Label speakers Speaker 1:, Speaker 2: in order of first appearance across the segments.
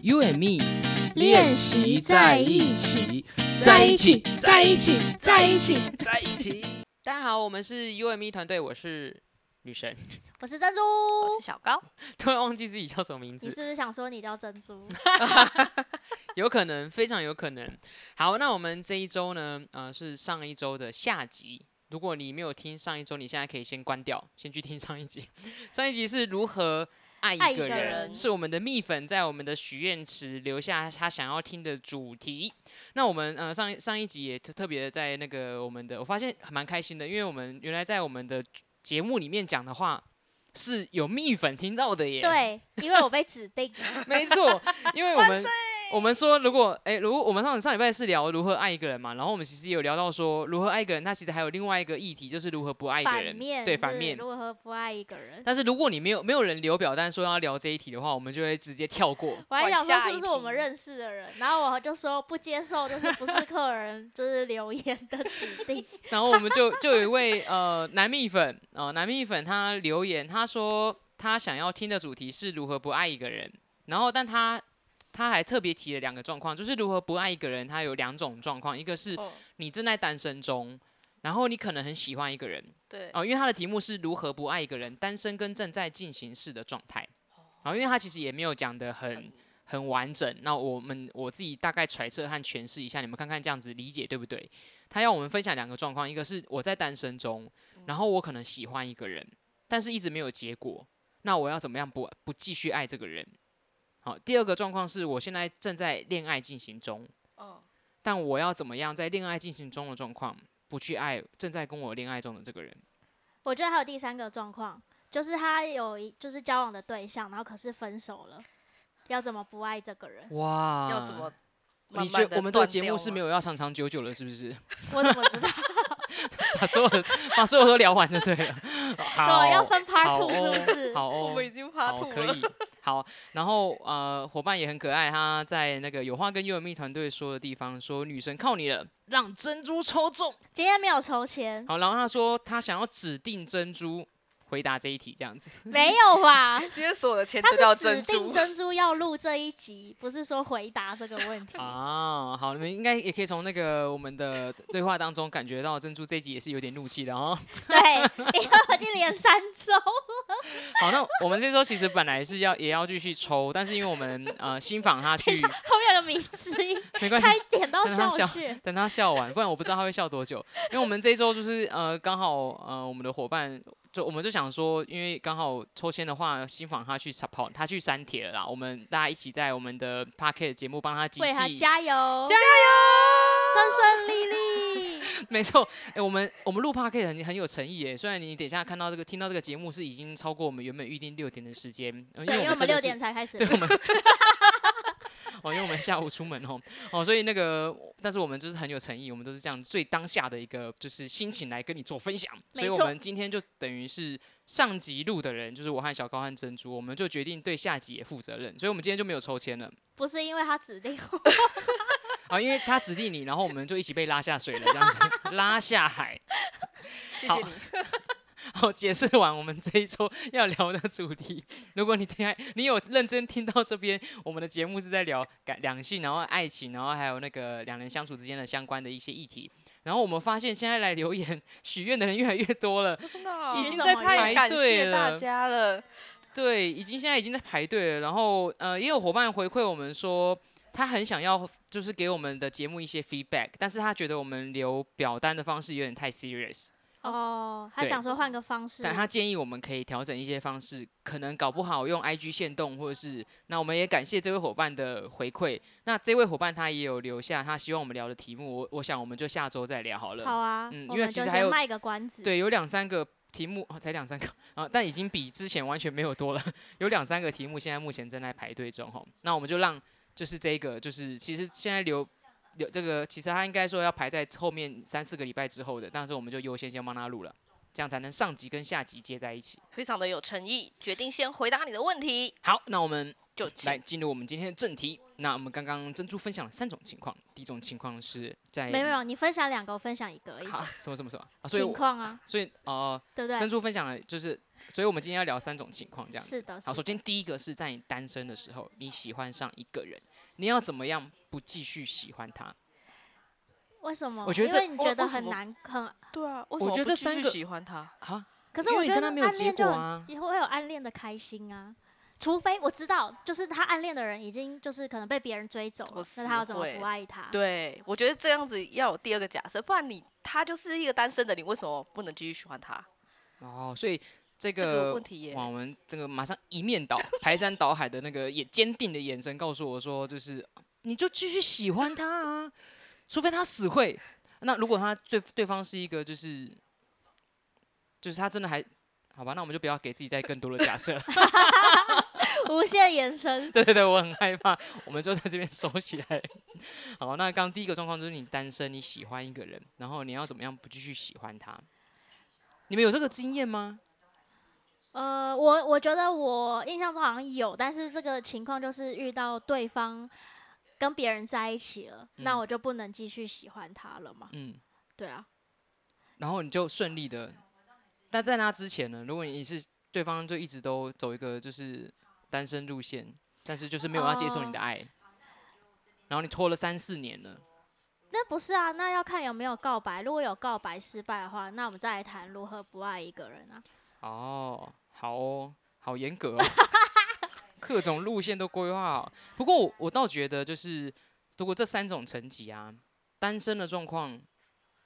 Speaker 1: You and me
Speaker 2: 练习在一起，
Speaker 1: 在一起，在一起，在一起。
Speaker 3: 在一起。大家好，我们是 U M E 团队，我是女神，
Speaker 2: 我是珍珠，
Speaker 3: 哦
Speaker 4: 我是小高，
Speaker 3: 突然忘记自己叫什么名
Speaker 2: 你
Speaker 3: 字，
Speaker 2: 是不是想说你叫 珍珠？
Speaker 3: 有可能，非常有可能。好，那我们这一周呢，呃，是上一周的下集。如果你没有听上一周，你现在可以先关掉，先去听上一集。 上一集是如何爱
Speaker 2: 爱
Speaker 3: 一
Speaker 2: 一
Speaker 3: 个
Speaker 2: 个
Speaker 3: 人，
Speaker 2: 人
Speaker 3: 是我们的蜜粉在我们的许愿池留下他想要听的主题。那我们呃上一上一集也特特别在那个我们的，我发现还蛮开心的，因为我们原来在我们的节目里面讲的话是有蜜粉听到的耶。
Speaker 2: 对，因为我被指定。
Speaker 3: 没错，因为我们我们说，如果哎、如果我们上上礼拜是聊如何爱一个人嘛，然后我们其实也有聊到说如何爱一个人，它其实还有另外一个议题，就是如何不 爱一个
Speaker 2: 反
Speaker 3: 人，
Speaker 2: 面
Speaker 3: 对反
Speaker 2: 是
Speaker 3: 面。
Speaker 2: 如何不爱一个人？
Speaker 3: 但是如果你没有没有人留表单说要聊这一题的话，我们就会直接跳过。
Speaker 2: 我还
Speaker 4: 往
Speaker 2: 想说
Speaker 4: 下
Speaker 2: 是
Speaker 4: 一
Speaker 2: 不是我
Speaker 4: 题
Speaker 2: 们认识的人，然后我就说不接受，就是不 是客人，就是留言的指定。
Speaker 3: 然后我们就就有一位呃男蜜粉呃男蜜粉他留言，他说他想要听的主题是如何不爱一个人，然后但他他还特别提了两个状况，就是如何不爱一个人，他有两种状况，一个是
Speaker 4: 哦，
Speaker 3: 你正在单身中，然后你可能很喜欢一个人
Speaker 4: 对，
Speaker 3: 哦，因为他的题目是如何不爱一个人，单身跟正在进行式的状态。然后，因为他其实也没有讲的很很完整，那我们我自己大概揣测和诠释一下，你们看看这样子理解对不对？他要我们分享两个状况，一个是我在单身中，然后我可能喜欢一个人，但是一直没有结果，那我要怎么样不不继续爱这个人？好，第二个状况是我现在正在恋爱进行中，
Speaker 4: 嗯，
Speaker 3: 但我要怎么样在恋爱进行中的状况不去爱正在跟我恋爱中的这个人？
Speaker 2: 我觉得还有第三个状况，就是他有一就是交往的对象，然后可是分手了，要怎么不爱这个人？
Speaker 3: 哇
Speaker 4: 要怎么？
Speaker 3: 啊你觉得我们这个节目是没有要长长久久了，是不是？
Speaker 2: 我怎么知道？
Speaker 3: 把所有的把所有都聊完就对了。 好，
Speaker 2: 对，要分 part
Speaker 3: 好
Speaker 2: two 是不是？
Speaker 3: 好
Speaker 4: 啊我
Speaker 3: 哦
Speaker 4: 们，已经趴
Speaker 3: 好
Speaker 4: 吐
Speaker 3: 可
Speaker 4: 了。
Speaker 3: 以。好，然后呃，伙伴也很可爱，他在那个有话跟优美团队说的地方说，女神靠你了，让珍珠抽 中。
Speaker 2: 今天没有筹钱，
Speaker 3: 好，然后他说他想要指定珍珠回答这一题，这样子。
Speaker 2: 没有吧？
Speaker 4: 哎今天所有的钱都
Speaker 2: 他
Speaker 4: 叫
Speaker 2: 是指
Speaker 4: 珍
Speaker 2: 定
Speaker 4: 珠，
Speaker 2: 珍珠要录这一集，不是说回答这个问 题。
Speaker 3: 啊，好，你们应该也可以从那个我们的对话当中感觉到珍珠这一集也是有点怒气的哦。
Speaker 2: 对，因为我已经连三周，
Speaker 3: 好，那我们这周其实本来是要也要继续抽，但是因为我们呃新访他去
Speaker 2: 后面有个迷之音，
Speaker 3: 没关系，
Speaker 2: 他一点到
Speaker 3: 让他
Speaker 2: 笑
Speaker 3: 笑
Speaker 2: 穴。
Speaker 3: 等他笑完，不然我不知道他会笑多久。因为我们这一周就是呃刚好呃我们的伙伴就我们就想说，因为刚好抽签的话，新访他去 support 他去删帖了啦，我们大家一起在我们的 p a c k e t 节目帮他集
Speaker 2: 为他
Speaker 3: 气。
Speaker 2: 加油，
Speaker 3: 加油！
Speaker 2: 顺顺利 利。
Speaker 3: 没错，哎、我们我们录 p o d c a s 很很有诚意耶。虽然你等一下看到这个听到这个节目是已经超过我们原本预定六点的时间，呃
Speaker 2: 对，因为我
Speaker 3: 真
Speaker 2: 们
Speaker 3: 的
Speaker 2: 六
Speaker 3: 是
Speaker 2: 点才开始
Speaker 3: 对
Speaker 2: 录，
Speaker 3: 我们哦，因为我们下午出门哦，哦，所以那个，但是我们就是很有诚意，我们都是这样最当下的一个就是心情来跟你做分享，所以
Speaker 2: 没
Speaker 3: 我
Speaker 2: 错
Speaker 3: 们今天就等于是上集录的人，就是我和小高和珍珠，我们就决定对下集也负责任，所以我们今天就没有抽签了
Speaker 2: 不是因为他指定我，
Speaker 3: 啊，因为他指定你，然后我们就一起被拉下水了，这样子 拉下海。
Speaker 4: 谢
Speaker 3: 好
Speaker 4: 谢你。
Speaker 3: 好，解释完我们这一周要聊的主题。如果你听还，你有认真听到这边，我们的节目是在聊感两性，然后爱情，然后还有那个两人相处之间的相关的一些议题。然后我们发现现在来留言许愿的人越来越多了，
Speaker 4: 真的哦
Speaker 3: 已
Speaker 2: 经在
Speaker 4: 在
Speaker 2: 排
Speaker 4: 排感
Speaker 3: 队
Speaker 4: 谢大
Speaker 3: 了
Speaker 4: 家了。
Speaker 3: 对，已经现在已经在排队了。然后呃，也有伙伴回馈我们说，他很想要就是给我们的节目一些 feedback，但是他觉得我们留表单的方式有点太 serious。
Speaker 2: 哦，他
Speaker 3: 对
Speaker 2: 想说换个方式，
Speaker 3: 但他建议我们可以调整一些方式，可能搞不好用 IG 限动，或者是那我们也感谢这位伙伴的回馈。那这位伙伴他也有留下他希望我们聊的题目，我我想我们就下周再聊好了。
Speaker 2: 好啊，
Speaker 3: 嗯
Speaker 2: 我
Speaker 3: 因为
Speaker 2: 们
Speaker 3: 其
Speaker 2: 就
Speaker 3: 实还
Speaker 2: 先
Speaker 3: 有
Speaker 2: 卖个关子，
Speaker 3: 对，有两三个题目哦，才两三个啊，但已经比之前完全没有多了。 有两三个题目现在目前正在排队中吼，那我们就让就是这个就是其实现在留。留这个其实他应该说要排在后面三四个礼拜之后的，但是我们就优先先帮他录了，这样才能上集跟下集接在一起。
Speaker 4: 非常的有诚意，决定先回答你的问题，
Speaker 3: 好，那我们
Speaker 4: 就
Speaker 3: 来
Speaker 4: 请
Speaker 3: 进入我们今天的正题。那我们刚刚珍珠分享了三种情况，第一种情况是在
Speaker 2: 没有没有，你分享两个，我分享一个而已，
Speaker 3: 好什么什么什么，啊、所以
Speaker 2: 情
Speaker 3: 我
Speaker 2: 况啊，
Speaker 3: 所以哦、
Speaker 2: 对不
Speaker 3: 呃，珍
Speaker 2: 对？
Speaker 3: 珠分享了就是所以我们今天要聊三种情况，这样子。
Speaker 2: 是的，
Speaker 3: 好，
Speaker 2: 是
Speaker 3: 首先第一个是在你单身的时候，你喜欢上一个人，你要怎么样不继续喜欢他？
Speaker 2: 为什么？
Speaker 3: 我觉得
Speaker 2: 因
Speaker 3: 这
Speaker 2: 为你觉得
Speaker 4: 为什
Speaker 2: 很
Speaker 4: 么
Speaker 2: 难，很
Speaker 4: 对啊，我
Speaker 3: 什么
Speaker 4: 觉
Speaker 3: 不
Speaker 4: 得这
Speaker 3: 继
Speaker 4: 三
Speaker 3: 续
Speaker 4: 个
Speaker 3: 喜
Speaker 4: 欢他，
Speaker 3: 啊，
Speaker 2: 可是
Speaker 3: 因
Speaker 2: 我
Speaker 3: 为
Speaker 2: 觉
Speaker 3: 你
Speaker 2: 得
Speaker 3: 跟他没有
Speaker 2: 暗
Speaker 3: 结
Speaker 2: 恋就
Speaker 3: 果
Speaker 2: 很
Speaker 3: 啊
Speaker 2: 也会有暗恋的开心啊。除非我知道，就是他暗恋的人已经就是可能被别人追走
Speaker 4: 我
Speaker 2: 了，
Speaker 4: 死
Speaker 2: 那他要怎么
Speaker 4: 会
Speaker 2: 不爱他？
Speaker 4: 对我觉得这样子要有第二个假设，不然你他就是一个单身的，你为什么不能继续喜欢他？
Speaker 3: 哦，所以这
Speaker 4: 这个
Speaker 3: 个
Speaker 4: 问题耶，
Speaker 3: 哇，我们这个马上一面倒排山倒海的那个也坚定的眼神告诉我说，就是你就继续喜欢他啊，除非他死会。那如果他对对方是一个就是就是他真的还好吧，那我们就不要给自己再更多的假设了。
Speaker 2: 无限延伸，
Speaker 3: 对对对，我很害怕，我们就在这边收起来。好，那刚第一个状况就是你单身，你喜欢一个人，然后你要怎么样不继续喜欢他？你们有这个经验吗？
Speaker 2: 呃，我我觉得我印象中好像有，但是这个情况就是遇到对方跟别人在一起了，那
Speaker 3: 嗯
Speaker 2: 我就不能继续喜欢他了嘛。
Speaker 3: 嗯，
Speaker 2: 对啊，
Speaker 3: 然后你就顺利的。那在那之前呢？如果你是对方就一直都走一个就是单身路线，但是就是没有要接受你的爱，然后你拖了三四年了，
Speaker 2: 那不是啊，那要看有没有告白。如果有告白失败的话，那我们再来谈如何不爱一个人啊。
Speaker 3: 哦，好哦，好严格哦， 各种路线都规划好。不过我我倒觉得，就是如果这三种层级啊，单身的状况，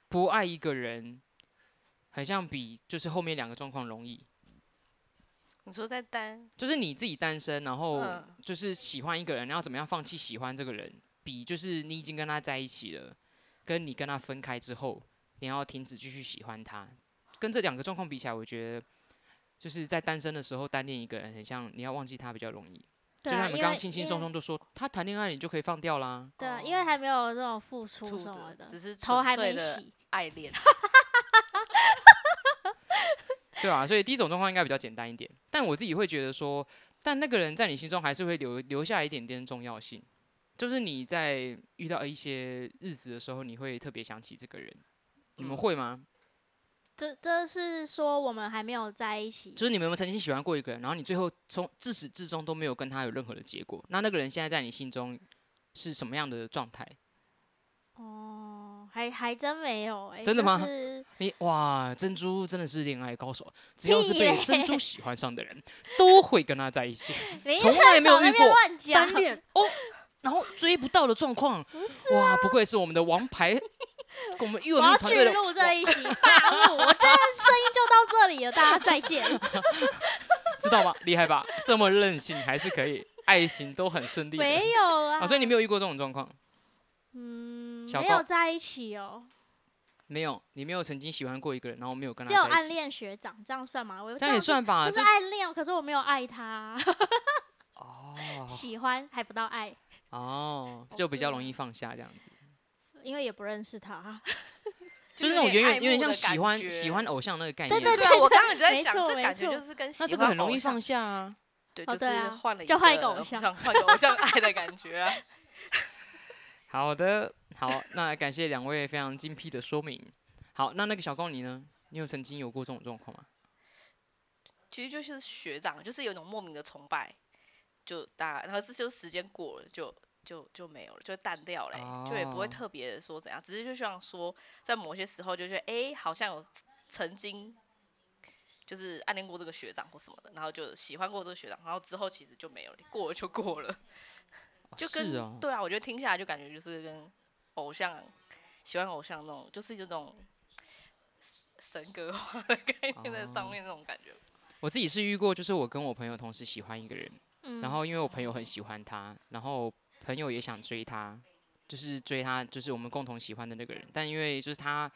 Speaker 3: 不爱一个人，很像比就是后面两个状况容易。
Speaker 4: 你说在单
Speaker 3: 就是你自己单身，然后
Speaker 4: 嗯
Speaker 3: 就是喜欢一个人，然后怎么样放弃喜欢这个人，比就是你已经跟他在一起了，跟你跟他分开之后，你要停止继续喜欢他，跟这两个状况比起来，我觉得就是在单身的时候单恋一个人，很像你要忘记他比较容易。
Speaker 2: 对
Speaker 3: 就
Speaker 2: 啊，
Speaker 3: 像你
Speaker 2: 因
Speaker 3: 们
Speaker 2: 为
Speaker 3: 刚刚轻轻
Speaker 2: 因
Speaker 3: 松
Speaker 2: 为
Speaker 3: 松就说他谈恋爱你就可以放掉啦，
Speaker 2: 对啊，因
Speaker 4: 哦
Speaker 2: 为还没有这种付
Speaker 4: 处
Speaker 2: 出什么
Speaker 4: 的，
Speaker 2: 的，
Speaker 4: 只是
Speaker 2: 头
Speaker 4: 纯
Speaker 2: 还
Speaker 4: 粹
Speaker 2: 没
Speaker 4: 的
Speaker 2: 洗。
Speaker 4: 爱恋，啊
Speaker 3: 对啊，所以第一种状况应该比较简单一点，但我自己会觉得说，但那个人在你心中还是会留留下一点点重要性，就是你在遇到一些日子的时候，你会特别想起这个人，你们
Speaker 4: 嗯
Speaker 3: 会吗？
Speaker 2: 这这是说我们还没有在一起，
Speaker 3: 就是你们有没有曾经喜欢过一个人，然后你最后从自始至终都没有跟他有任何的结果，那那个人现在在你心中是什么样的状态？
Speaker 2: 哦，还还真没有哎、
Speaker 3: 真的
Speaker 2: 就
Speaker 3: 吗
Speaker 2: 是
Speaker 3: 你哇，珍珠真的是恋爱高手，只要是被
Speaker 2: 屁嘞
Speaker 3: 珍珠喜欢上的人，都会跟他在一起。
Speaker 2: 你
Speaker 3: 从
Speaker 2: 一开
Speaker 3: 来
Speaker 2: 始
Speaker 3: 没有
Speaker 2: 少在
Speaker 3: 遇
Speaker 2: 那边
Speaker 3: 过
Speaker 2: 乱讲
Speaker 3: 单恋哦，然后追不到的状况，
Speaker 2: 啊
Speaker 3: 哇，不愧是我们的王 牌，我们育
Speaker 2: 我
Speaker 3: 文
Speaker 2: 要
Speaker 3: 迷团队
Speaker 2: 去
Speaker 3: 的
Speaker 2: 录这一集，大陆，我这声音就到这里了，大家 再见。
Speaker 3: 知道吧？厉害吧？这么任性还是可以，爱情都很顺利的。
Speaker 2: 没有啦，
Speaker 3: 啊，所以你没有遇过这种状况，
Speaker 2: 嗯，
Speaker 3: 小
Speaker 2: 没
Speaker 3: 高
Speaker 2: 有在一起哦，
Speaker 3: 没有，你没有曾经喜欢过一个人，然后没有跟
Speaker 2: 只
Speaker 3: 他
Speaker 2: 有
Speaker 3: 在
Speaker 2: 暗
Speaker 3: 一起，
Speaker 2: 恋学长，这样算吗？我
Speaker 3: 这样也
Speaker 2: 是
Speaker 3: 算吧？
Speaker 2: 就是
Speaker 3: 这
Speaker 2: 暗恋，可是我没有爱他，
Speaker 3: 哦
Speaker 2: 喜欢还不到爱，
Speaker 3: 哦，就比较容易放下这样子。
Speaker 2: 因为也不认识他。
Speaker 3: 就是那种
Speaker 4: 有
Speaker 3: 远远
Speaker 4: 点爱
Speaker 3: 有点像
Speaker 4: 慕的
Speaker 3: 喜
Speaker 4: 感
Speaker 3: 欢
Speaker 4: 觉
Speaker 3: 喜欢偶像那个概
Speaker 2: 对
Speaker 3: 念，
Speaker 2: 对
Speaker 4: 对啊，我刚刚也就在
Speaker 2: 没
Speaker 4: 想，
Speaker 2: 错
Speaker 4: 这
Speaker 2: 没
Speaker 4: 感觉
Speaker 2: 错
Speaker 4: 就是跟喜
Speaker 3: 那
Speaker 4: 欢
Speaker 3: 这个很容
Speaker 4: 偶
Speaker 3: 易
Speaker 4: 像
Speaker 3: 放下啊。
Speaker 4: 对，
Speaker 2: 哦
Speaker 4: 就是
Speaker 2: 对啊
Speaker 4: 换了一
Speaker 2: 就换一个偶像
Speaker 4: 像， 换一个偶像爱的感觉啊。
Speaker 3: 好的，好，那感谢两位非常精辟的说明。 好，那那个小高你呢？你有曾经有过这种状况吗？
Speaker 4: 其实就是学长，就是有一种莫名的崇拜，就大，然后是就时间过了就。就就没有了，就淡掉了欸、就也不
Speaker 3: 哦
Speaker 4: 会特别地说怎样，只是就像说，在某些时候就觉得，哎、好像有曾经就是暗恋过这个学长或什么的，然后就喜欢过这个学长，然后之后其实就没有了，过了就过了，就跟、
Speaker 3: 是哦，
Speaker 4: 对啊，我觉得听下来就感觉就是跟偶像喜欢偶像那种，就是有种神神格化的概念在上
Speaker 3: 哦
Speaker 4: 面那种感觉。
Speaker 3: 我自己是遇过，就是我跟我朋友同时喜欢一个人，
Speaker 2: 嗯，
Speaker 3: 然后因为我朋友很喜欢他，然后朋友也想追他，就是追他，就是我们共同喜欢的那个人，但因为就是他。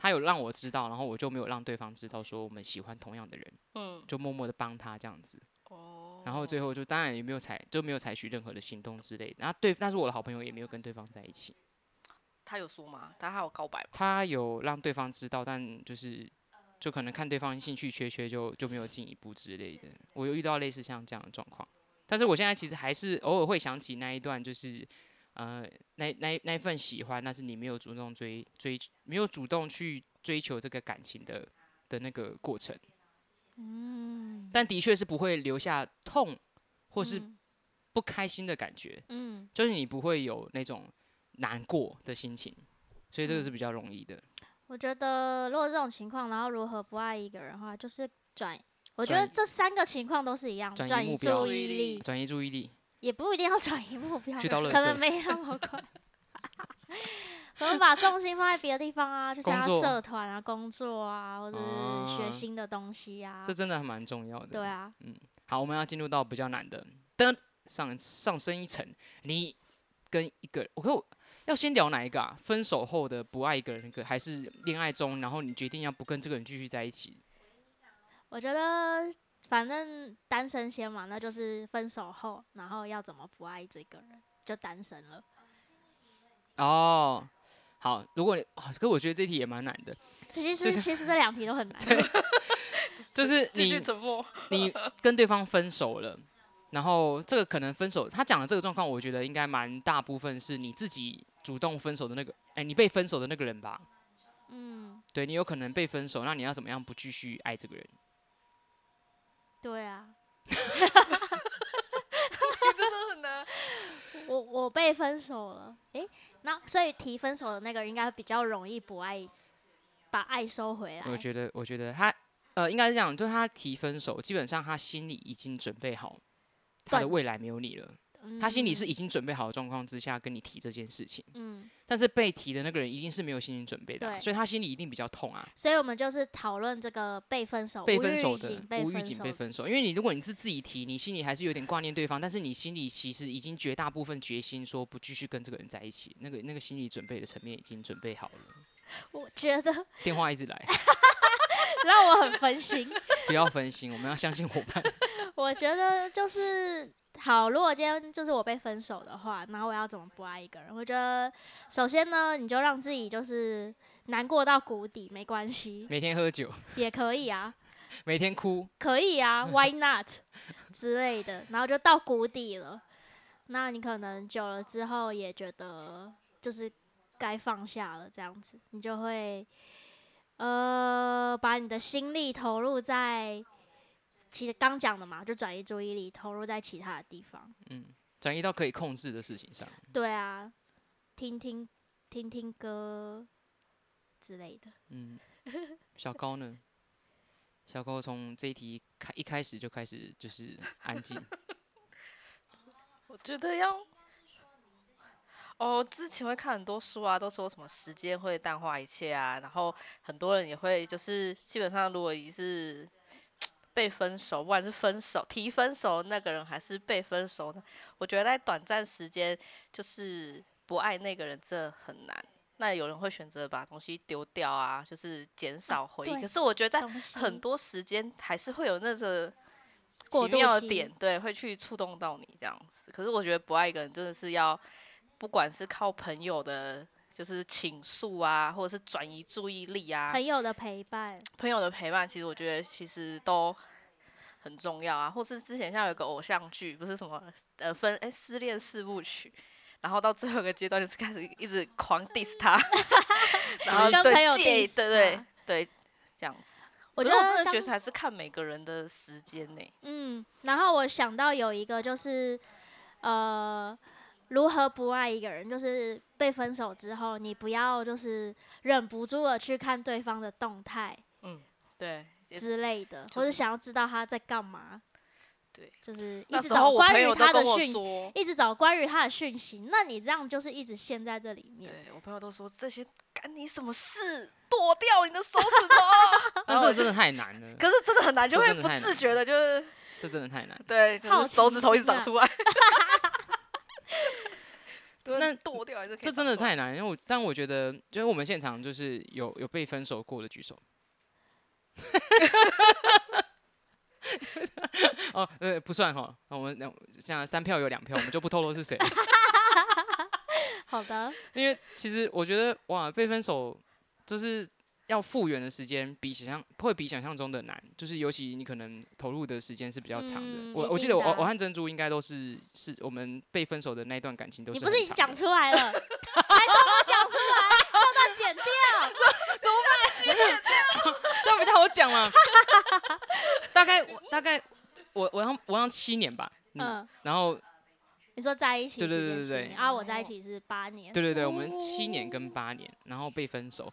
Speaker 3: 他有让我知道，然后我就没有让对方知道，说我们喜欢同样的人，
Speaker 4: 嗯，
Speaker 3: 就默默的帮他这样子。
Speaker 4: 哦
Speaker 3: 然后最后就当然也没有采，就没有采取任何的行动之类的。然后对，但是我的好朋友也没有跟对方在一起。
Speaker 4: 他有说吗？他还有告白吗？
Speaker 3: 他有让对方知道，但就是就可能看对方兴趣缺缺就，就没有进一步之类的。我有遇到类似像这样的状况，但是我现在其实还是偶尔会想起那一段，就是呃，那那那一份喜欢，但是你没有主动追追，没有主动去追求这个感情的的那个过程。
Speaker 2: 嗯，
Speaker 3: 但的确是不会留下痛或是
Speaker 2: 嗯
Speaker 3: 不开心的感觉，
Speaker 2: 嗯，
Speaker 3: 就是你不会有那种难过的心情，所以这个
Speaker 2: 嗯
Speaker 3: 是比较容易的。
Speaker 2: 我觉得如果这种情况，然后如何不爱一个人的话，就是转。我觉
Speaker 3: 转
Speaker 2: 得
Speaker 3: 移
Speaker 2: 这三个情况都是一样，
Speaker 3: 转移
Speaker 2: 转
Speaker 3: 目
Speaker 2: 移
Speaker 3: 标
Speaker 2: 注
Speaker 4: 注
Speaker 2: 意
Speaker 4: 意力
Speaker 2: 力，
Speaker 3: 转移注意力，
Speaker 2: 也不一定要转移目标，
Speaker 3: 去到垃
Speaker 2: 可能
Speaker 3: 圾
Speaker 2: 没那么快。 可能把重心放在别的地方啊，就
Speaker 3: 工
Speaker 2: 参加
Speaker 3: 作
Speaker 2: 社团啊、工作啊，或者是
Speaker 3: 啊
Speaker 2: 学新的东西啊。
Speaker 3: 这真的还蛮重要的。
Speaker 2: 对啊，
Speaker 3: 好，我们要进入到比较难的，噔，上上升一层，你跟一个，我可我要先聊哪一个啊？分手后的不爱一个人，还是恋爱中，然后你决定要不跟这个人继续在一起？
Speaker 2: 我觉得反正单身先嘛，那就是分手后，然后要怎么不爱这个人，就单身了。
Speaker 3: 哦，好，如果你，啊可我觉得这题也蛮难的，
Speaker 2: 其
Speaker 3: 就
Speaker 2: 实
Speaker 3: 是
Speaker 2: 其实这两题都很 难。
Speaker 3: 就是
Speaker 4: 继
Speaker 3: 你
Speaker 4: 续沉默。
Speaker 3: 你跟对方分手了，然后这个可能分手，他讲的这个状况，我觉得应该蛮大部分是你自己主动分手的那个，哎、你被分手的那个人吧？
Speaker 2: 嗯，
Speaker 3: 对你有可能被分手，那你要怎么样不继续爱这个人？
Speaker 2: 对 啊，
Speaker 4: 你真的很难。
Speaker 2: 我我被分手了，诶、那所以提分手的那个人应该比较容易不爱，把爱收回来。
Speaker 3: 我觉得，我觉得他呃，应该是这样，就是他提分手，基本上他心里已经准备好他的
Speaker 2: 断
Speaker 3: 未来没有你了，
Speaker 2: 嗯
Speaker 3: 他心里是已经准备好的状况之下跟你提这件事情，
Speaker 2: 嗯，
Speaker 3: 但是被提的那个人一定是没有心理准备的啊、
Speaker 2: 对
Speaker 3: 所以他心里一定比较痛啊。
Speaker 2: 所以我们就是讨论这个被分手、
Speaker 3: 被
Speaker 2: 哦无
Speaker 3: 分
Speaker 2: 预
Speaker 3: 手
Speaker 2: 警
Speaker 3: 的
Speaker 2: 被
Speaker 3: 无预
Speaker 2: 分
Speaker 3: 警
Speaker 2: 手
Speaker 3: 被
Speaker 2: 的
Speaker 3: 分手，因为你如果你是自己提，你心里还是有点挂念对方，但是你心里其实已经绝大部分决心说不继续跟这个人在一起，那个那个心理准备的层面已经准备好了。
Speaker 2: 我觉得
Speaker 3: 电话一直来，
Speaker 2: 让我很分心。
Speaker 3: 不要分心，我们要相信伙伴。
Speaker 2: 我觉得就是好，如果今天就是我被分手的话，然后我要怎么不爱一个人？我觉得首先呢，你就让自己就是难过到谷底没关系，
Speaker 3: 每天喝酒，
Speaker 2: 也可以啊，
Speaker 3: 每天哭，
Speaker 2: 可以啊，Why not 之类的，然后就到谷底了。那你可能久了之后也觉得就是该放下了，这样子你就会呃把你的心力投入在其实刚讲的嘛，就转移注意力，投入在其他的地方。
Speaker 3: 嗯，转移到可以控制的事情上。
Speaker 2: 对啊，听听听听歌之类的。
Speaker 3: 嗯，小高呢？小高从这一题开一开始就开始就是安静，。
Speaker 4: 我觉得要。哦，之前会看很多书啊，都说什么时间会淡化一切啊，然后很多人也会就是基本上，如果你是被分手，不管是分手提分手的那个人，还是被分手的，我觉得在短暂时间就是不爱那个人真的很难。那有人会选择把东西丢掉啊，就是减少回忆。
Speaker 2: 对
Speaker 4: 可是我觉得在
Speaker 2: 东
Speaker 4: 很
Speaker 2: 西
Speaker 4: 多时间还是会有那个
Speaker 2: 过
Speaker 4: 奇
Speaker 2: 渡
Speaker 4: 妙的
Speaker 2: 期
Speaker 4: 点，对，会去触动到你这样子。可是我觉得不爱一个人真的是要，不管是靠朋友的，就是倾诉啊，或者是转移注意力啊，
Speaker 2: 朋友的陪伴，
Speaker 4: 朋友的陪伴，其实我觉得其实都很重要啊。或是之前像有个偶像剧，不是什么呃分哎、失恋四部曲。然后到最后一个阶段，就是开始一直狂 diss 他， 然后
Speaker 2: 跟朋友
Speaker 4: 对介
Speaker 2: diss
Speaker 4: 对对
Speaker 2: 啊
Speaker 4: 对，这样子。
Speaker 2: 我
Speaker 4: 可
Speaker 2: 觉
Speaker 4: 是
Speaker 2: 得
Speaker 4: 我真的
Speaker 2: 当
Speaker 4: 觉得还是看每个人的时间呢、
Speaker 2: 嗯，然后我想到有一个就是，呃，如何不爱一个人，就是被分手之后，你不要就是忍不住的去看对方的动态
Speaker 4: 嗯对，也
Speaker 2: 之类的，
Speaker 4: 就
Speaker 2: 或者
Speaker 4: 是
Speaker 2: 想要知道他在干嘛。
Speaker 4: 对，
Speaker 2: 就是一
Speaker 4: 那
Speaker 2: 直
Speaker 4: 时候
Speaker 2: 找
Speaker 4: 我
Speaker 2: 关
Speaker 4: 朋
Speaker 2: 于
Speaker 4: 友
Speaker 2: 他
Speaker 4: 都
Speaker 2: 的
Speaker 4: 跟我
Speaker 2: 讯，
Speaker 4: 说，
Speaker 2: 一直找关于他的讯息，那你这样就是一直陷在这里面。
Speaker 4: 对我朋友都说这些干你什么事？剁掉你的手指头
Speaker 3: 但
Speaker 4: 然后
Speaker 3: 这
Speaker 4: 我
Speaker 3: 真
Speaker 4: 就
Speaker 3: 的太难了，
Speaker 4: 可是真的很难，就
Speaker 3: 这
Speaker 4: 会
Speaker 3: 真的
Speaker 4: 不
Speaker 3: 太
Speaker 4: 自
Speaker 3: 难
Speaker 4: 觉的，就是
Speaker 3: 这真的太难。
Speaker 4: 对，就
Speaker 2: 好
Speaker 4: 是手
Speaker 2: 奇
Speaker 4: 指头一直
Speaker 2: 心
Speaker 4: 长
Speaker 2: 啊
Speaker 4: 出来。真的
Speaker 3: 那
Speaker 4: 剁掉还是可以
Speaker 3: 这
Speaker 4: 长
Speaker 3: 真的
Speaker 4: 出来
Speaker 3: 太难，因为我但我觉得，就是我们现场就是有有被分手过的举手。 哦，呃，不算哈，那我们那像三票有两票，我们就不透露是谁了，
Speaker 2: 好的，
Speaker 3: 因为其实我觉得哇，被分手就是要复原的时间比想象会比想象中的难，就是尤其你可能投入的时间是比较长的。
Speaker 2: 嗯
Speaker 3: 我
Speaker 2: 一
Speaker 3: 我记
Speaker 2: 定
Speaker 3: 得我
Speaker 2: 的啊
Speaker 3: 我和珍珠应该都是是我们被分手的那一段感情都
Speaker 2: 你
Speaker 3: 是
Speaker 2: 不是
Speaker 3: 很
Speaker 2: 已经
Speaker 3: 长
Speaker 2: 讲
Speaker 3: 的
Speaker 2: 出来了，还说我讲出来，让他剪掉，
Speaker 3: 这样比较好讲嘛。 大概我大概我我让我让七年吧，嗯，
Speaker 2: 嗯，
Speaker 3: 然后
Speaker 2: 你说在一起
Speaker 3: 对对
Speaker 2: 是
Speaker 3: 对
Speaker 2: 认识
Speaker 3: 对
Speaker 2: 你
Speaker 3: 对
Speaker 2: 啊，我在一
Speaker 4: 哦
Speaker 2: 起是八年，
Speaker 3: 对对对，我们七年跟八年，然后被分手，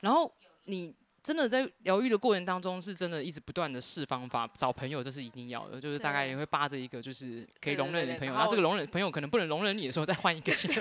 Speaker 3: 然后你真的在疗愈的过程当中，是真的一直不断的试方法，找朋友这是一定要的，就是大概
Speaker 4: 对
Speaker 3: 你会扒着一个就是可以
Speaker 4: 对对
Speaker 3: 容忍
Speaker 4: 对
Speaker 3: 你的
Speaker 4: 对
Speaker 3: 朋友，
Speaker 4: 然
Speaker 3: 然后这个
Speaker 4: 后
Speaker 3: 容忍朋友可能不能容忍你的时候，再换一个新 的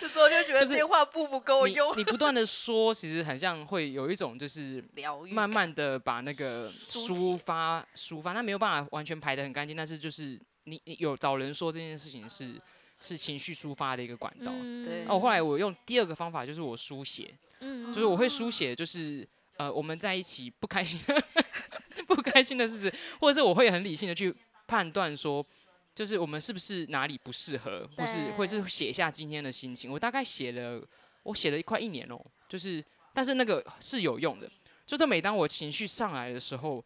Speaker 4: 这时候就觉得
Speaker 3: 就是
Speaker 4: 电话簿不够
Speaker 3: 你
Speaker 4: 用，
Speaker 3: 你不断的说，其实很像会有一种就是
Speaker 4: 疗愈
Speaker 3: 慢慢的把那个
Speaker 4: 疏
Speaker 3: 抒发抒发，那没有办法完全排得很干净，但是就是你你有找人说这件事情是是情绪抒发的一个管道。
Speaker 2: 嗯，
Speaker 4: 对
Speaker 3: 哦，后来我用第二个方法就是我书写，
Speaker 2: 嗯，
Speaker 3: 就是我会书写，就是呃我们在一起不开心 的不开心的事情，或者是我会很理性的去判断说。就是我们是不是哪里不适合，或是或是写下今天的心情。我大概写了，我写了快一年哦、就是但是那个是有用的，就是每当我情绪上来的时候，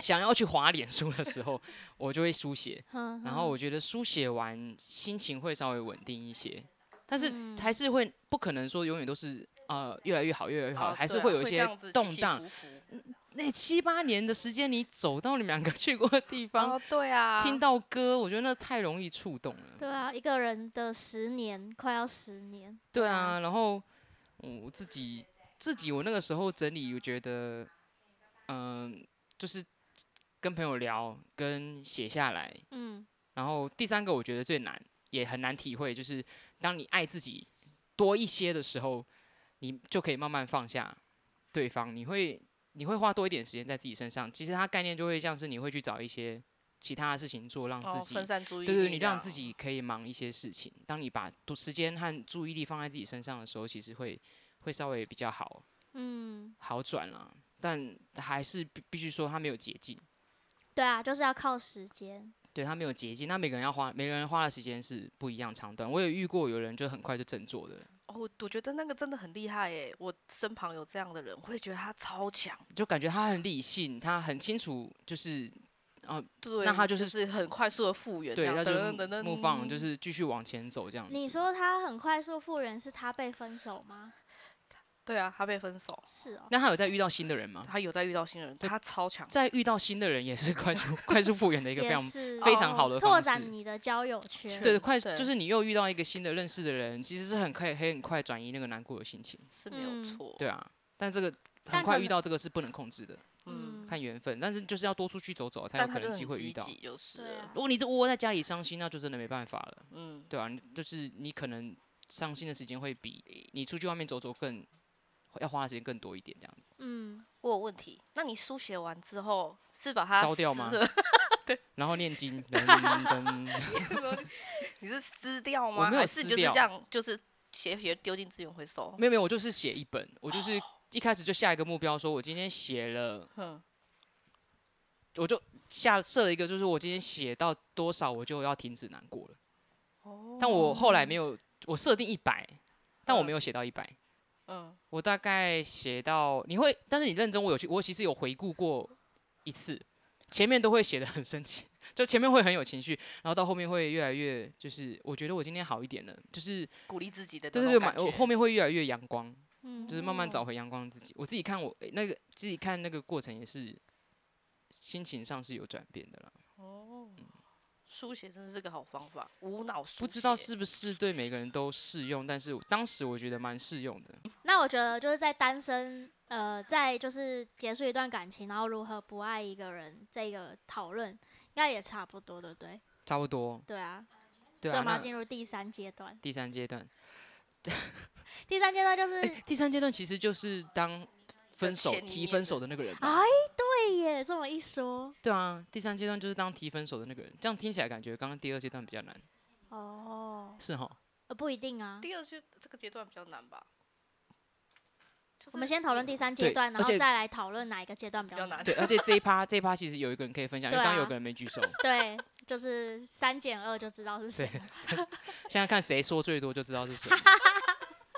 Speaker 3: 想要去滑脸书的时候，我就会书写，
Speaker 2: 嗯，
Speaker 3: 然后我觉得书写完心情会稍微稳定一些，但是
Speaker 2: 嗯
Speaker 3: 还是会不可能说永远都是呃越来越好，越来越好，
Speaker 4: 哦
Speaker 3: 还是
Speaker 4: 对啊
Speaker 3: 会有一
Speaker 4: 这
Speaker 3: 些
Speaker 4: 样子起
Speaker 3: 动
Speaker 4: 起
Speaker 3: 荡。
Speaker 4: 伏伏
Speaker 3: 那七八年的时间，你走到你们两个 去过的地方，
Speaker 4: 哦，对啊，
Speaker 3: 听到歌，我觉得那太容易触动了。
Speaker 2: 对啊，一个人的十年，快要十年，
Speaker 3: 对啊，然后嗯我自己自己我那个时候整理，我觉得嗯、就是跟朋友聊，跟写下来，
Speaker 2: 嗯，
Speaker 3: 然后第三个我觉得最难，也很难体会，就是当你爱自己多一些的时候，你就可以慢慢放下对方，你会你会花多一点时间在自己身上。其实它概念就会像是你会去找一些其他的事情做，让
Speaker 4: 哦
Speaker 3: 自己、
Speaker 4: 分散注意
Speaker 3: 对对，
Speaker 4: 力
Speaker 3: 你
Speaker 4: 这样，啊
Speaker 3: 让自己可以忙一些事情。当你把多时间和注意力放在自己身上的时候，其实会会稍微比较好
Speaker 2: 嗯，
Speaker 3: 好转啦。但还是必必须说，它没有捷径。
Speaker 2: 对啊，就是要靠时间，
Speaker 3: 对他没有捷径，那每个人要花，每个人花的时间是不一样长短。我有遇过有人就很快就振作的，
Speaker 4: 哦，我我觉得那个真的很厉害诶，我身旁有这样的人，我也觉得他超强。
Speaker 3: 就感觉他很理性，他很清楚，就是
Speaker 4: 对，
Speaker 3: 他就
Speaker 4: 就是很快速的复原这
Speaker 3: 对，
Speaker 4: 样，
Speaker 3: 他就
Speaker 4: 等等等
Speaker 3: 目放，就是继续往前走这样子。
Speaker 2: 你说他很快速复原，是他被分手吗？
Speaker 4: 对啊，他被分手，
Speaker 2: 是哦，
Speaker 3: 那他有在遇到新的人吗？
Speaker 4: 他有在遇到新人，
Speaker 3: 对
Speaker 4: 他超强。
Speaker 3: 在遇到新的人也是快速 快速复原的一个非
Speaker 2: 也
Speaker 3: 常
Speaker 2: 是
Speaker 3: 非常好
Speaker 2: 哦
Speaker 3: 的
Speaker 2: 拓
Speaker 3: 方
Speaker 2: 展
Speaker 3: 式
Speaker 2: 你的交友圈，
Speaker 3: 对快，
Speaker 4: 对
Speaker 3: 就是你又遇到一个新的认识的人，其实是很快很快转移那个难过的心情，
Speaker 4: 是没有
Speaker 2: 嗯
Speaker 4: 错，
Speaker 3: 对啊。但这个很
Speaker 2: 但
Speaker 3: 快
Speaker 2: 可
Speaker 3: 遇
Speaker 2: 能
Speaker 3: 到这个是不能控制的，
Speaker 4: 嗯，
Speaker 2: 嗯，
Speaker 3: 看缘分。但是就是要多出去走走，才有
Speaker 4: 但
Speaker 3: 可
Speaker 4: 他
Speaker 3: 能
Speaker 4: 真的
Speaker 3: 机
Speaker 4: 很
Speaker 3: 会
Speaker 4: 积
Speaker 3: 遇到。
Speaker 4: 极，就是
Speaker 2: 对
Speaker 4: 了
Speaker 2: 啊，
Speaker 3: 如果你这窝在家里伤心，那就真的没办法了，
Speaker 4: 嗯，
Speaker 3: 对啊，你就是你可能伤心的时间会比你出去外面走走更要花的时间更多一点，这样子。
Speaker 2: 嗯，
Speaker 4: 我有问题，那你书写完之后是把它
Speaker 3: 烧掉
Speaker 4: 撕
Speaker 3: 吗
Speaker 4: 了
Speaker 3: 然后念经，噔噔噔
Speaker 4: 你是撕掉
Speaker 3: 我
Speaker 4: 吗？
Speaker 3: 没有
Speaker 4: 还是
Speaker 3: 撕
Speaker 4: 就是
Speaker 3: 掉
Speaker 4: 这样，就是写写丢进资源回收。
Speaker 3: 没有没有，我就是写一本，我就是一开始就下一个目标，说我今天写了，
Speaker 4: 哼，
Speaker 3: 我就下设了一个，就是我今天写到多少，我就要停止难过了。但我后来没有，我设定一百，但我没有写到一百，
Speaker 4: 嗯，
Speaker 3: 我大概写到你会，但是你认真，我有去，我其实有回顾过一次，前面都会写的很生气， 就前面会很有情绪，然后到后面会越来越，就是我觉得我今天好一点了，就是
Speaker 4: 鼓励自己的那
Speaker 3: 对对对，
Speaker 4: 种感
Speaker 3: 蛮我
Speaker 4: 觉
Speaker 3: 后面会越来越阳光，
Speaker 2: 嗯
Speaker 3: 就是慢慢找回阳光的自己。我自己看我诶那个自己看那个过程也是心情上是有转变的啦，
Speaker 4: 书写真的是个好方法，无脑书
Speaker 3: 不
Speaker 4: 写。
Speaker 3: 知道是不是对每个人都适用，但是我当时我觉得蛮适用的。
Speaker 2: 那我觉得就是在单身，呃，在就是结束一段感情，然后如何不爱一个人这个讨论，应该也差不多，对不对？
Speaker 3: 差不多，
Speaker 2: 对啊，
Speaker 3: 对
Speaker 2: 所以
Speaker 3: 啊，
Speaker 2: 我们要
Speaker 3: 那
Speaker 2: 进入第三阶段。
Speaker 3: 第三阶段，
Speaker 2: 第三阶段就是，
Speaker 3: 第三阶段其实就是当分手
Speaker 2: 呃
Speaker 4: 前一
Speaker 3: 提
Speaker 4: 面
Speaker 3: 分
Speaker 4: 的
Speaker 3: 手的那个人嘛，啊
Speaker 2: 哎，对耶，这么一说，
Speaker 3: 对啊，第三阶段就是当提分手的那个人，这样听起来感觉刚刚第二阶段比较难，
Speaker 2: 哦，
Speaker 3: 是哈？
Speaker 2: 呃，不一定啊。
Speaker 4: 第二阶这个阶段比较难吧？就是
Speaker 2: 我们先讨论
Speaker 4: 你
Speaker 2: 第三
Speaker 3: 对
Speaker 2: 阶段，然
Speaker 3: 而
Speaker 2: 后
Speaker 3: 且
Speaker 2: 再来讨论哪一个阶段比
Speaker 4: 比
Speaker 2: 较
Speaker 4: 较
Speaker 2: 难
Speaker 4: 难。啊
Speaker 3: 对，而且这一趴这一趴其实有一个人可以分享，因为
Speaker 2: 对
Speaker 3: 刚刚有
Speaker 2: 啊
Speaker 3: 个人没举手，
Speaker 2: 对， 就是三减二就知道是谁
Speaker 3: 对
Speaker 2: 了。
Speaker 3: 现在看谁说最多就知道是 谁。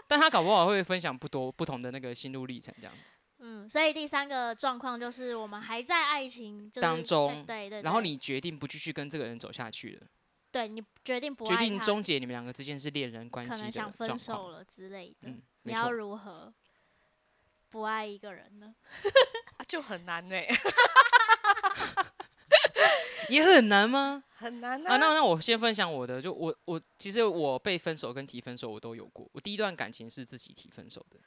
Speaker 3: 但他搞不好会分享不多不同的那个心路历程，这样子。
Speaker 2: 嗯，所以第三个状况就是我们还在爱情、就是、哎
Speaker 3: 当中
Speaker 2: 对对对，
Speaker 3: 然后
Speaker 2: 对
Speaker 3: 你决定不继续跟这个人走下去了，
Speaker 2: 对你决定不
Speaker 3: 决
Speaker 2: 爱
Speaker 3: 定
Speaker 2: 他，
Speaker 3: 终结你们两个之间是恋人关
Speaker 2: 可
Speaker 3: 系
Speaker 2: 能
Speaker 3: 的状
Speaker 2: 想
Speaker 3: 嗯
Speaker 2: 分手
Speaker 3: 况。
Speaker 2: 了之类的，
Speaker 3: 嗯，没
Speaker 2: 你要
Speaker 3: 错。
Speaker 2: 如何不爱一个人呢？
Speaker 4: 啊就很难 呢、
Speaker 3: 也很难吗？
Speaker 4: 很难
Speaker 3: 啊，那那我先分享我的，就我我其实我被分手跟提分手我都有过，我第一段感情是自己提分手的，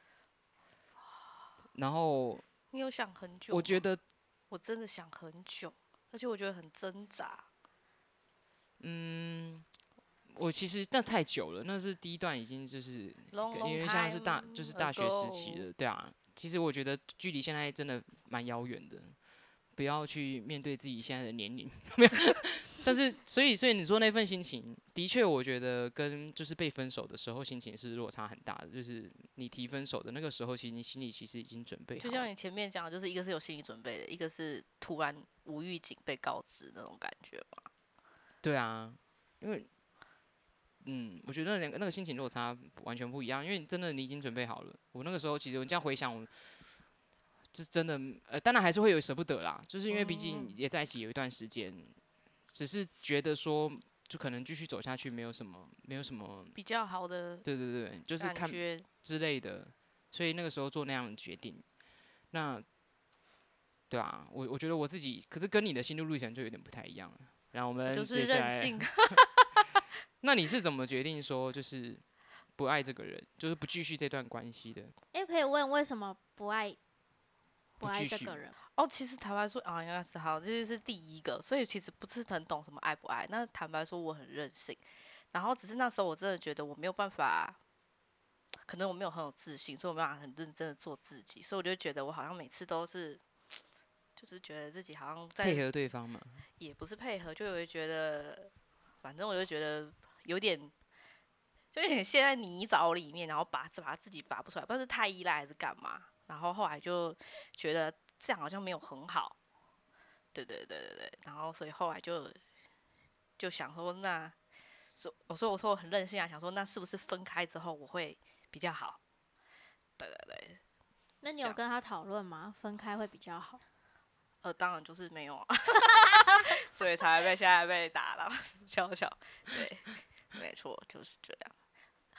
Speaker 3: 然后
Speaker 4: 你有想很久吗？
Speaker 3: 我觉得
Speaker 4: 我真的想很久，而且我觉得很挣扎。
Speaker 3: 嗯，我其实那太久了，那是第一段已经就是
Speaker 4: 因
Speaker 3: 因为像是大就是
Speaker 4: 呃
Speaker 3: 大学时期的，对啊。其实我觉得距离现在真的蛮遥远的，不要去面对自己现在的年龄。 没有，但是所以所以你说那份心情，的确我觉得跟就是被分手的时候心情是落差很大的。就是你提分手的那个时候，其实你心里其实已经准备好
Speaker 4: 就
Speaker 3: 了，
Speaker 4: 像你前面讲的，就是一个是有心理准备的，一个是突然无预警被告知那种感觉嘛。
Speaker 3: 对啊，因为，嗯，我觉得两个那个心情落差完全不一样，因为真的你已经准备好了。我那个时候其实我这样回想，我是真的，呃，当然还是会有舍不得啦，就是因为毕
Speaker 4: 哦
Speaker 3: 竟也在一起有一段时间，只是觉得说就可能继续走下去没有什么，没有什么，
Speaker 4: 比较好的
Speaker 3: 对对对，就是
Speaker 4: 感
Speaker 3: 看
Speaker 4: 觉，
Speaker 3: 之类的，所以那个时候做那样的决定，那，对啊，我我觉得我自己，可是跟你的心路历程就有点不太一样了。然后我们
Speaker 4: 就是
Speaker 3: 接下
Speaker 4: 任
Speaker 3: 来
Speaker 4: 性。
Speaker 3: 那你是怎么决定说就是不爱这个人，就是不继续这段关系的？
Speaker 2: 哎、可以问为什么不爱不
Speaker 3: 不
Speaker 2: 爱
Speaker 3: 继
Speaker 2: 这
Speaker 3: 续
Speaker 2: 个人？
Speaker 4: 哦，其实坦白说啊，应该是好，这是第一个，所以其实不是很懂什么爱不爱。那坦白说，我很任性，然后只是那时候我真的觉得我没有办法，可能我没有很有自信，所以我没有办法很认真的做自己，所以我就觉得我好像每次都是，就是觉得自己好像在
Speaker 3: 配合对方嘛？
Speaker 4: 也不是配合，就会觉得，反正我就觉得有点，就有点陷在泥沼里面，然后拔把自己拔不出来，不知道是太依赖还是干嘛。然后后来就觉得这样好像没有很好，对对对对对。然后所以后来就就想说那，所我说我说我很任性啊，想说那是不是分开之后我会比较好？对对对，
Speaker 2: 那你
Speaker 4: 这
Speaker 2: 有
Speaker 4: 样
Speaker 2: 跟他讨论吗？分开会比较好。
Speaker 4: 呃，当然就是没有啊， 所以才被现在被打了，笑笑。对，没错，就是这样。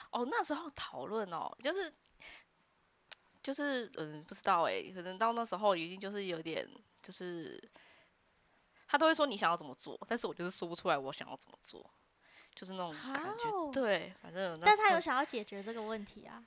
Speaker 4: 哦，那时候讨论哦，就是就是嗯，不知道哎、可能到那时候已经就是有点就是，他都会说你想要怎么做，但是我就是说不出来我想要怎么做，就是那种嗯感觉。
Speaker 2: 好
Speaker 4: 对，反正
Speaker 2: 啊
Speaker 4: 那
Speaker 2: 哦但
Speaker 4: 时
Speaker 2: 他
Speaker 4: 候
Speaker 2: 有想要解决这个问题啊。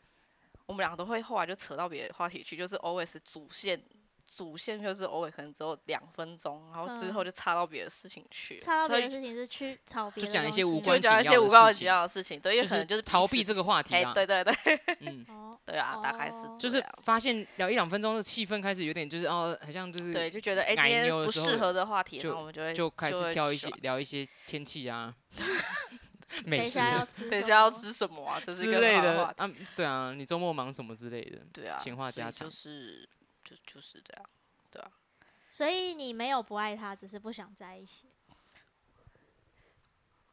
Speaker 4: 我们两个都会后来就扯到别的话题去，就是 always 主线，主线就是 always 可能只有两分钟，然后之
Speaker 2: 嗯
Speaker 4: 后就插到别的事情去，
Speaker 2: 插到
Speaker 4: 所
Speaker 2: 别的
Speaker 4: 以
Speaker 2: 事情是去吵别的东西，
Speaker 3: 讲一些无
Speaker 4: 就
Speaker 3: 关
Speaker 4: 会讲一
Speaker 3: 紧
Speaker 4: 些
Speaker 3: 要
Speaker 4: 无
Speaker 3: 的
Speaker 4: 关
Speaker 3: 事
Speaker 4: 紧要的事情，对，因为可能
Speaker 3: 就是逃
Speaker 4: 彼
Speaker 3: 避
Speaker 4: 此，
Speaker 3: 这个话题
Speaker 4: 哎、
Speaker 3: 啊。
Speaker 4: 对对对
Speaker 3: 嗯，
Speaker 2: 哦，
Speaker 4: 对啊，大概是
Speaker 2: 哦
Speaker 4: 这
Speaker 3: 就是
Speaker 4: 样
Speaker 3: 发现聊一两分钟的气氛开始有点就是哦，好像就是
Speaker 4: 对，就觉得哎、今
Speaker 3: 奶
Speaker 4: 天
Speaker 3: 牛的
Speaker 4: 不
Speaker 3: 时候
Speaker 4: 适合的话题，
Speaker 3: 就
Speaker 4: 然后我们就会
Speaker 3: 就开
Speaker 4: 会
Speaker 3: 始挑一些
Speaker 4: 转
Speaker 3: 聊一些天气 啊、
Speaker 2: 等
Speaker 3: 美
Speaker 2: 一
Speaker 3: 食
Speaker 2: 下要吃，
Speaker 4: 等一下要，吃什么啊，这是一
Speaker 3: 之
Speaker 4: 个
Speaker 3: 类
Speaker 4: 很好
Speaker 3: 的
Speaker 4: 话题，
Speaker 3: 啊。对啊，你周末忙什么之类的？
Speaker 4: 对啊，
Speaker 3: 情话
Speaker 4: 所以
Speaker 3: 家常
Speaker 4: 就是就就是这样，
Speaker 2: 所以你没有不爱他，只是不想在一起。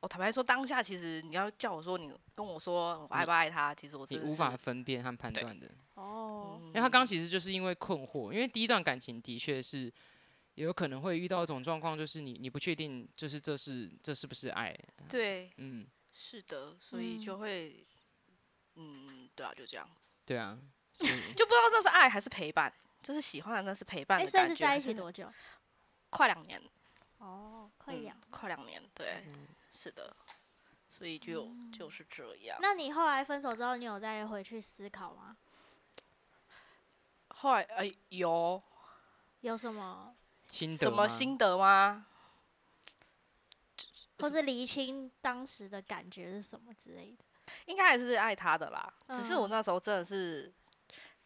Speaker 4: 我哦坦白说，当下其实你要叫我说你跟我说我爱
Speaker 3: 你
Speaker 4: 不爱他，其实我
Speaker 3: 你
Speaker 4: 真
Speaker 3: 无
Speaker 4: 的是
Speaker 3: 法分辨和判
Speaker 4: 对
Speaker 3: 断的。
Speaker 2: 哦，
Speaker 3: 因为他刚其实就是因为困惑，因为第一段感情的确是有可能会遇到一种状况，就是你你不确定，就是这是这是不是爱，
Speaker 4: 对，
Speaker 3: 嗯，
Speaker 4: 是的，所以就会，嗯对啊，就这样子，
Speaker 3: 对啊，所 以
Speaker 4: 就不知道那是爱还是陪伴，就是喜欢的那是陪伴
Speaker 2: 哎，
Speaker 4: 的
Speaker 2: 所以
Speaker 4: 感
Speaker 2: 是
Speaker 4: 觉。
Speaker 2: 在
Speaker 4: 还
Speaker 2: 一起
Speaker 4: 是
Speaker 2: 多久？
Speaker 4: 快两年，
Speaker 2: 哦，快
Speaker 4: 嗯
Speaker 2: 两。嗯
Speaker 4: 快两年，对，是的，所以就就是这样。
Speaker 2: 那你后来分手之后，你有再回去思考吗？
Speaker 4: 后来呃有
Speaker 2: 有什么，
Speaker 3: 心得
Speaker 4: 什么
Speaker 3: 吗
Speaker 4: 心得吗？
Speaker 2: 或是厘清当时的感觉是什么之类的？
Speaker 4: 应该还是爱他的啦，只是我
Speaker 2: 嗯
Speaker 4: 那时候真的是，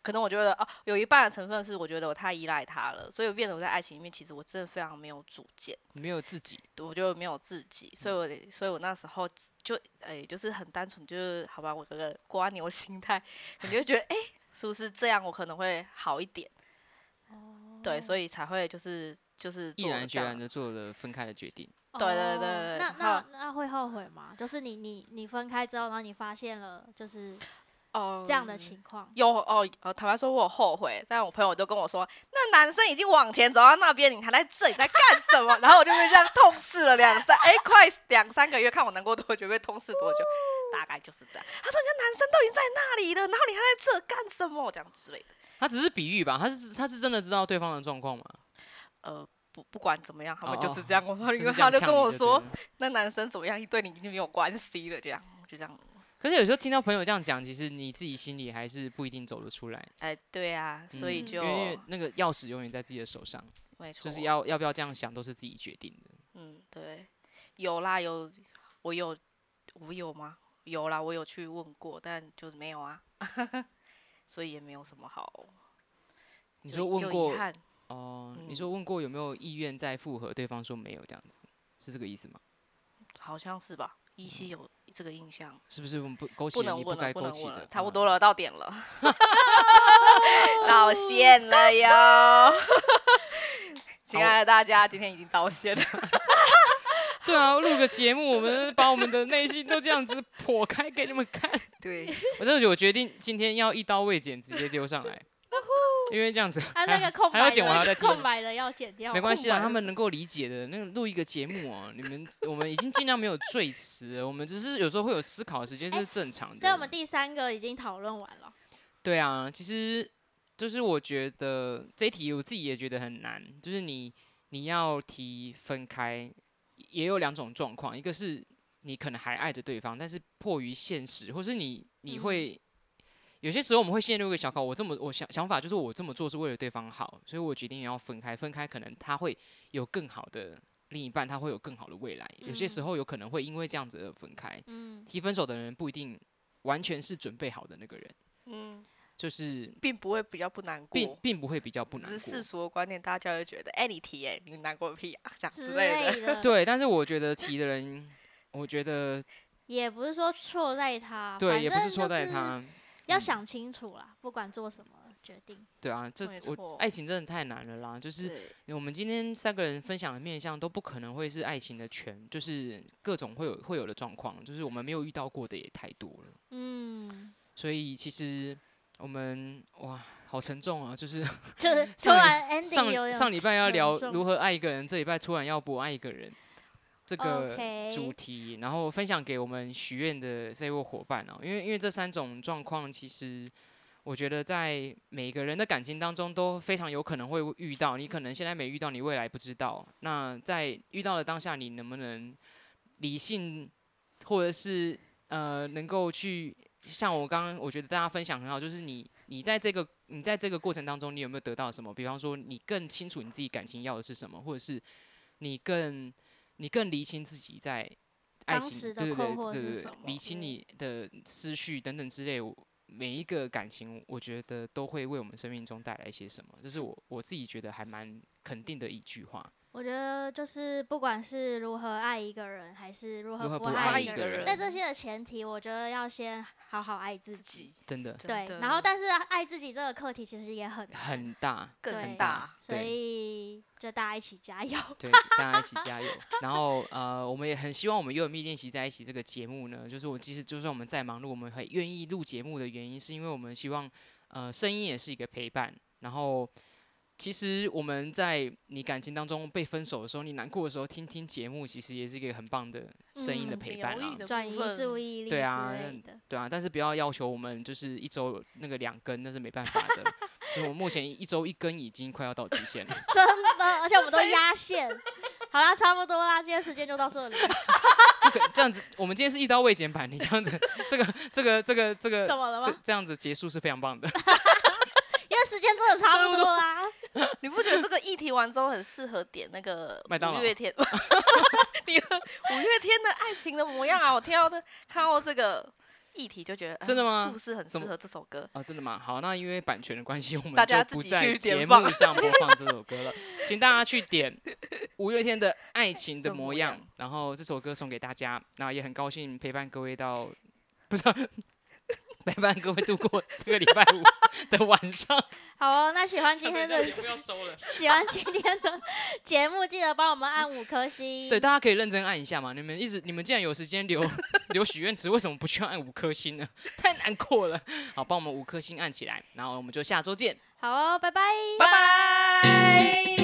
Speaker 4: 可能我觉得哦，有一半的成分是我觉得我太依赖他了，所以变得我在爱情里面其实我真的非常没有主见。
Speaker 3: 你没有自己，
Speaker 4: 我就没有自己，所
Speaker 3: 嗯
Speaker 4: 以我得，所以我那时候就，哎、就是很单纯，就是好吧，我有个瓜牛 心态，你就觉得，哎、是不是这样，我可能会好一点，对，所以才会就是就是
Speaker 3: 哦毅
Speaker 4: 做了
Speaker 3: 然
Speaker 4: 这
Speaker 3: 决
Speaker 4: 样
Speaker 3: 然的做了分开的决定。
Speaker 4: 对对对
Speaker 2: 哦
Speaker 4: 对
Speaker 2: 那
Speaker 4: 还有
Speaker 2: 那那会后悔吗？就是你你你分开之后，然后你发现了，就是
Speaker 4: 哦
Speaker 2: 这样的情况。
Speaker 4: 有哦，呃，坦白说，我有后悔，但我朋友都跟我说，那男生已经往前走到那边，你还在这里在干什么？然后我就被这样痛斥了两三，哎、快两三个月，看我能过多久，被痛斥多久，大概就是这样。他说，人家男生都已经在那里了，然后你还在这干什么？这样之类的。
Speaker 3: 他只是比喻吧，他是他是真的知道对方的状况吗？
Speaker 4: 呃，不不管怎么样，他们
Speaker 3: 哦
Speaker 4: 就是这样。我
Speaker 3: 就是
Speaker 4: 因
Speaker 3: 这
Speaker 4: 为
Speaker 3: 样
Speaker 4: 他就
Speaker 3: 呛
Speaker 4: 跟
Speaker 3: 你
Speaker 4: 我
Speaker 3: 对
Speaker 4: 说
Speaker 3: 了，
Speaker 4: 那男生怎么样，对你已经没有关系了，这样就这样。
Speaker 3: 可是有时候听到朋友这样讲，其实你自己心里还是不一定走得出来，
Speaker 4: 哎、对啊，所以
Speaker 3: 嗯
Speaker 4: 就、
Speaker 3: 因为那个钥匙永远在自己的手上，
Speaker 4: 没错，
Speaker 3: 就是要要不要这样想都是自己决定的。
Speaker 4: 嗯，对，有啦，有，我有，我有吗？有啦，我有去问过，但就是没有啊， 所以也没有什么好。
Speaker 3: 你
Speaker 4: 就
Speaker 3: 说
Speaker 4: 遗
Speaker 3: 问
Speaker 4: 就遗
Speaker 3: 过
Speaker 4: 憾
Speaker 3: 哦、你
Speaker 4: 嗯
Speaker 3: 说问过有没有意愿再复合，对方说没有这样子，是这个意思吗？
Speaker 4: 好像是吧？依稀有这个印象，
Speaker 3: 是不是我们不勾起
Speaker 4: 不
Speaker 3: 了
Speaker 4: 能
Speaker 3: 嗯你不
Speaker 4: 问
Speaker 3: 该
Speaker 4: 了，不
Speaker 3: 勾
Speaker 4: 能
Speaker 3: 起
Speaker 4: 问
Speaker 3: 的？
Speaker 4: 了，差不
Speaker 3: 嗯
Speaker 4: 多了，到点 了，道歉了哟。亲
Speaker 3: 好
Speaker 4: 爱的大家，今天已经道歉了。
Speaker 3: 对啊，录个节目，我们把我们的内心都这样子剖开给你们看。
Speaker 4: 对，
Speaker 3: 我真的觉得我决定今天要一刀未剪，直接丢上来，因为这样子
Speaker 2: 啊，
Speaker 3: 还
Speaker 2: 那
Speaker 3: 要
Speaker 2: 个空
Speaker 3: 还要
Speaker 2: 白
Speaker 3: 剪完还要再
Speaker 2: 的
Speaker 3: 听。
Speaker 2: 空白的要剪掉，
Speaker 3: 没关系啦，啊他
Speaker 4: 空白是
Speaker 3: 们
Speaker 4: 什
Speaker 3: 能够理解的。那个录一个节目哦，你们我们已经尽量没有赘词了，我们只是有时候会有思考的时间，这
Speaker 2: 哎
Speaker 3: 是正常的。
Speaker 2: 所以我们第三个已经讨论完了。
Speaker 3: 对啊，其实就是我觉得这一题我自己也觉得很难，就是你你要提分开，也有两种状况，一个是你可能还爱着对方，但是迫于现实，或是你你
Speaker 2: 嗯
Speaker 3: 会、有些时候我们会陷入一个小考，我这么我想想法就是我这么做是为了对方好，所以我决定要分开，分开可能他会有更好的另一半，他会有更好的未来，有些时
Speaker 2: 嗯
Speaker 3: 候有可能会因为这样子而分开，
Speaker 2: 嗯，
Speaker 3: 提分手的人不一定完全是准备好的那个人，
Speaker 4: 嗯，
Speaker 3: 就是
Speaker 4: 并不会比较不难
Speaker 3: 并
Speaker 4: 过，
Speaker 3: 并不会比较不难
Speaker 4: 只是世
Speaker 3: 过。
Speaker 4: 俗的观念，大家会觉得，哎、你提、哎，你难过个屁啊，这样
Speaker 2: 之
Speaker 4: 类的。
Speaker 2: 类 的，
Speaker 3: 对，但是我觉得提的人，我觉得
Speaker 2: 也不是说错在
Speaker 4: 啊
Speaker 2: 他，
Speaker 3: 对，
Speaker 2: 反
Speaker 3: 也不是
Speaker 2: 正
Speaker 3: 错
Speaker 2: 就
Speaker 3: 在
Speaker 2: 是
Speaker 3: 他，
Speaker 2: 要
Speaker 3: 嗯
Speaker 2: 想清楚啦，不管做什么决定，
Speaker 3: 对啊，这
Speaker 4: 没
Speaker 3: 我
Speaker 4: 错
Speaker 3: 爱情真的太难了啦。就是
Speaker 4: 对
Speaker 3: 我们今天三个人分享的面向都不可能会是爱情的全，就是各种会有会有的状况，就是我们没有遇到过的也太多了。
Speaker 2: 嗯，
Speaker 3: 所以其实我们哇，好沉重啊！就是
Speaker 2: 就是突
Speaker 3: 上礼
Speaker 2: 然
Speaker 3: 上
Speaker 2: ending 有点
Speaker 3: 上礼拜要
Speaker 2: 沉
Speaker 3: 聊
Speaker 2: 重
Speaker 3: 如何爱一个人，这礼拜突然要不爱一个人，这个
Speaker 2: OK
Speaker 3: 主题然后分享给我们许愿的这位伙伴哦、因为因为这三种状况，其实我觉得在每个人的感情当中都非常有可能会遇到，你可能现在没遇到，你未来不知道。那在遇到的当下，你能不能理性，或者是呃，能够去像我刚刚，我觉得大家分享很好，就是你你在这个你在这个过程当中，你有没有得到什么？比方说，你更清楚你自己感情要的是什么，或者是你更你更厘清自己在爱
Speaker 2: 当
Speaker 3: 情
Speaker 2: 时的
Speaker 3: 对对
Speaker 2: 困
Speaker 3: 对
Speaker 2: 惑
Speaker 3: 对
Speaker 2: 是
Speaker 3: 对
Speaker 2: 什么嗯
Speaker 3: 厘清你的思绪等等之类。我每一个感情，我觉得都会为我们生命中带来一些什么，这是我我自己觉得还蛮肯定的一句话。
Speaker 2: 我觉得就是不管是如何爱一个人，还是如
Speaker 3: 如何
Speaker 2: 何不
Speaker 3: 不
Speaker 2: 爱
Speaker 3: 爱
Speaker 2: 一
Speaker 3: 一
Speaker 2: 个
Speaker 3: 个
Speaker 2: 人，
Speaker 3: 人
Speaker 2: 在这些的前提，我觉得要先好好爱自
Speaker 4: 自
Speaker 2: 己。
Speaker 4: 己
Speaker 3: 真的
Speaker 4: 真
Speaker 2: 对
Speaker 4: 的，
Speaker 2: 然后但是爱自己这个课题其实也很难
Speaker 3: 很大，
Speaker 4: 更
Speaker 2: 对
Speaker 4: 大，
Speaker 2: 所
Speaker 3: 对
Speaker 2: 以就大家一起加油。
Speaker 3: 对，大家一起加油。然后呃，我们也很希望我们优有密练习在一起这个节目呢，就是我其实就算我们再忙碌，我们很愿意录节目的原因，是因为我们希望呃声音也是一个陪伴。然后其实我们在你感情当中被分手的时候，你难过的时候，听听节目其实也是一个很棒的声音的
Speaker 2: 嗯
Speaker 3: 陪伴
Speaker 4: 疗
Speaker 3: 啊
Speaker 4: 愈。的
Speaker 2: 转移
Speaker 4: 部分
Speaker 2: 注意力之
Speaker 3: 对啊
Speaker 2: 类的，
Speaker 3: 对啊，但是不要要求我们就是一周那个两更，那是没办法的。 就是我目前一周一更已经快要到极限了。
Speaker 2: 真的，而且我们都
Speaker 4: 谁
Speaker 2: 压线。好啦，差不多啦，今天时间就到这里。
Speaker 3: 不可这样子，我们今天是一刀未剪版，你这样子，这个这个这个这
Speaker 2: 怎
Speaker 3: 个
Speaker 2: 么了
Speaker 3: 这
Speaker 2: 吗？
Speaker 3: 这样子结束是非常棒的。
Speaker 2: 因为时间真的差不多啦。
Speaker 4: 你不觉得这个议题完之后很适合点那个
Speaker 3: 麦当劳
Speaker 4: 五月天？ 你的五月天的爱情的模样啊！我听到的看到这个议题就觉得，呃
Speaker 3: 真的吗
Speaker 4: 是不是很适
Speaker 3: 怎么
Speaker 4: 合这首歌？
Speaker 3: 啊，真的吗？好，那因为版权的关系，我们
Speaker 4: 大家
Speaker 3: 就
Speaker 4: 自
Speaker 3: 不
Speaker 4: 己
Speaker 3: 在
Speaker 4: 去点
Speaker 3: 节目
Speaker 4: 放
Speaker 3: 上播放这首歌了，请大家去点五月天的《爱情的
Speaker 4: 的
Speaker 3: 模
Speaker 4: 模
Speaker 3: 样
Speaker 4: 样》，
Speaker 3: 然后这首歌送给大家。那也很高兴陪伴各位到，不是 陪伴各位度过这个礼拜五的晚上。
Speaker 2: 好哦，那喜欢今 天的
Speaker 3: 不要收了。
Speaker 2: 喜欢今天的节目，记得帮我们按五颗星。
Speaker 3: 对，大家可以认真按一下嘛。你们一直，你们既然有时间留留许愿池，为什么不去按五颗星呢？太难过了。好，帮我们五颗星按起来，然后我们就下周见。
Speaker 2: 好哦，拜拜。
Speaker 3: 拜拜。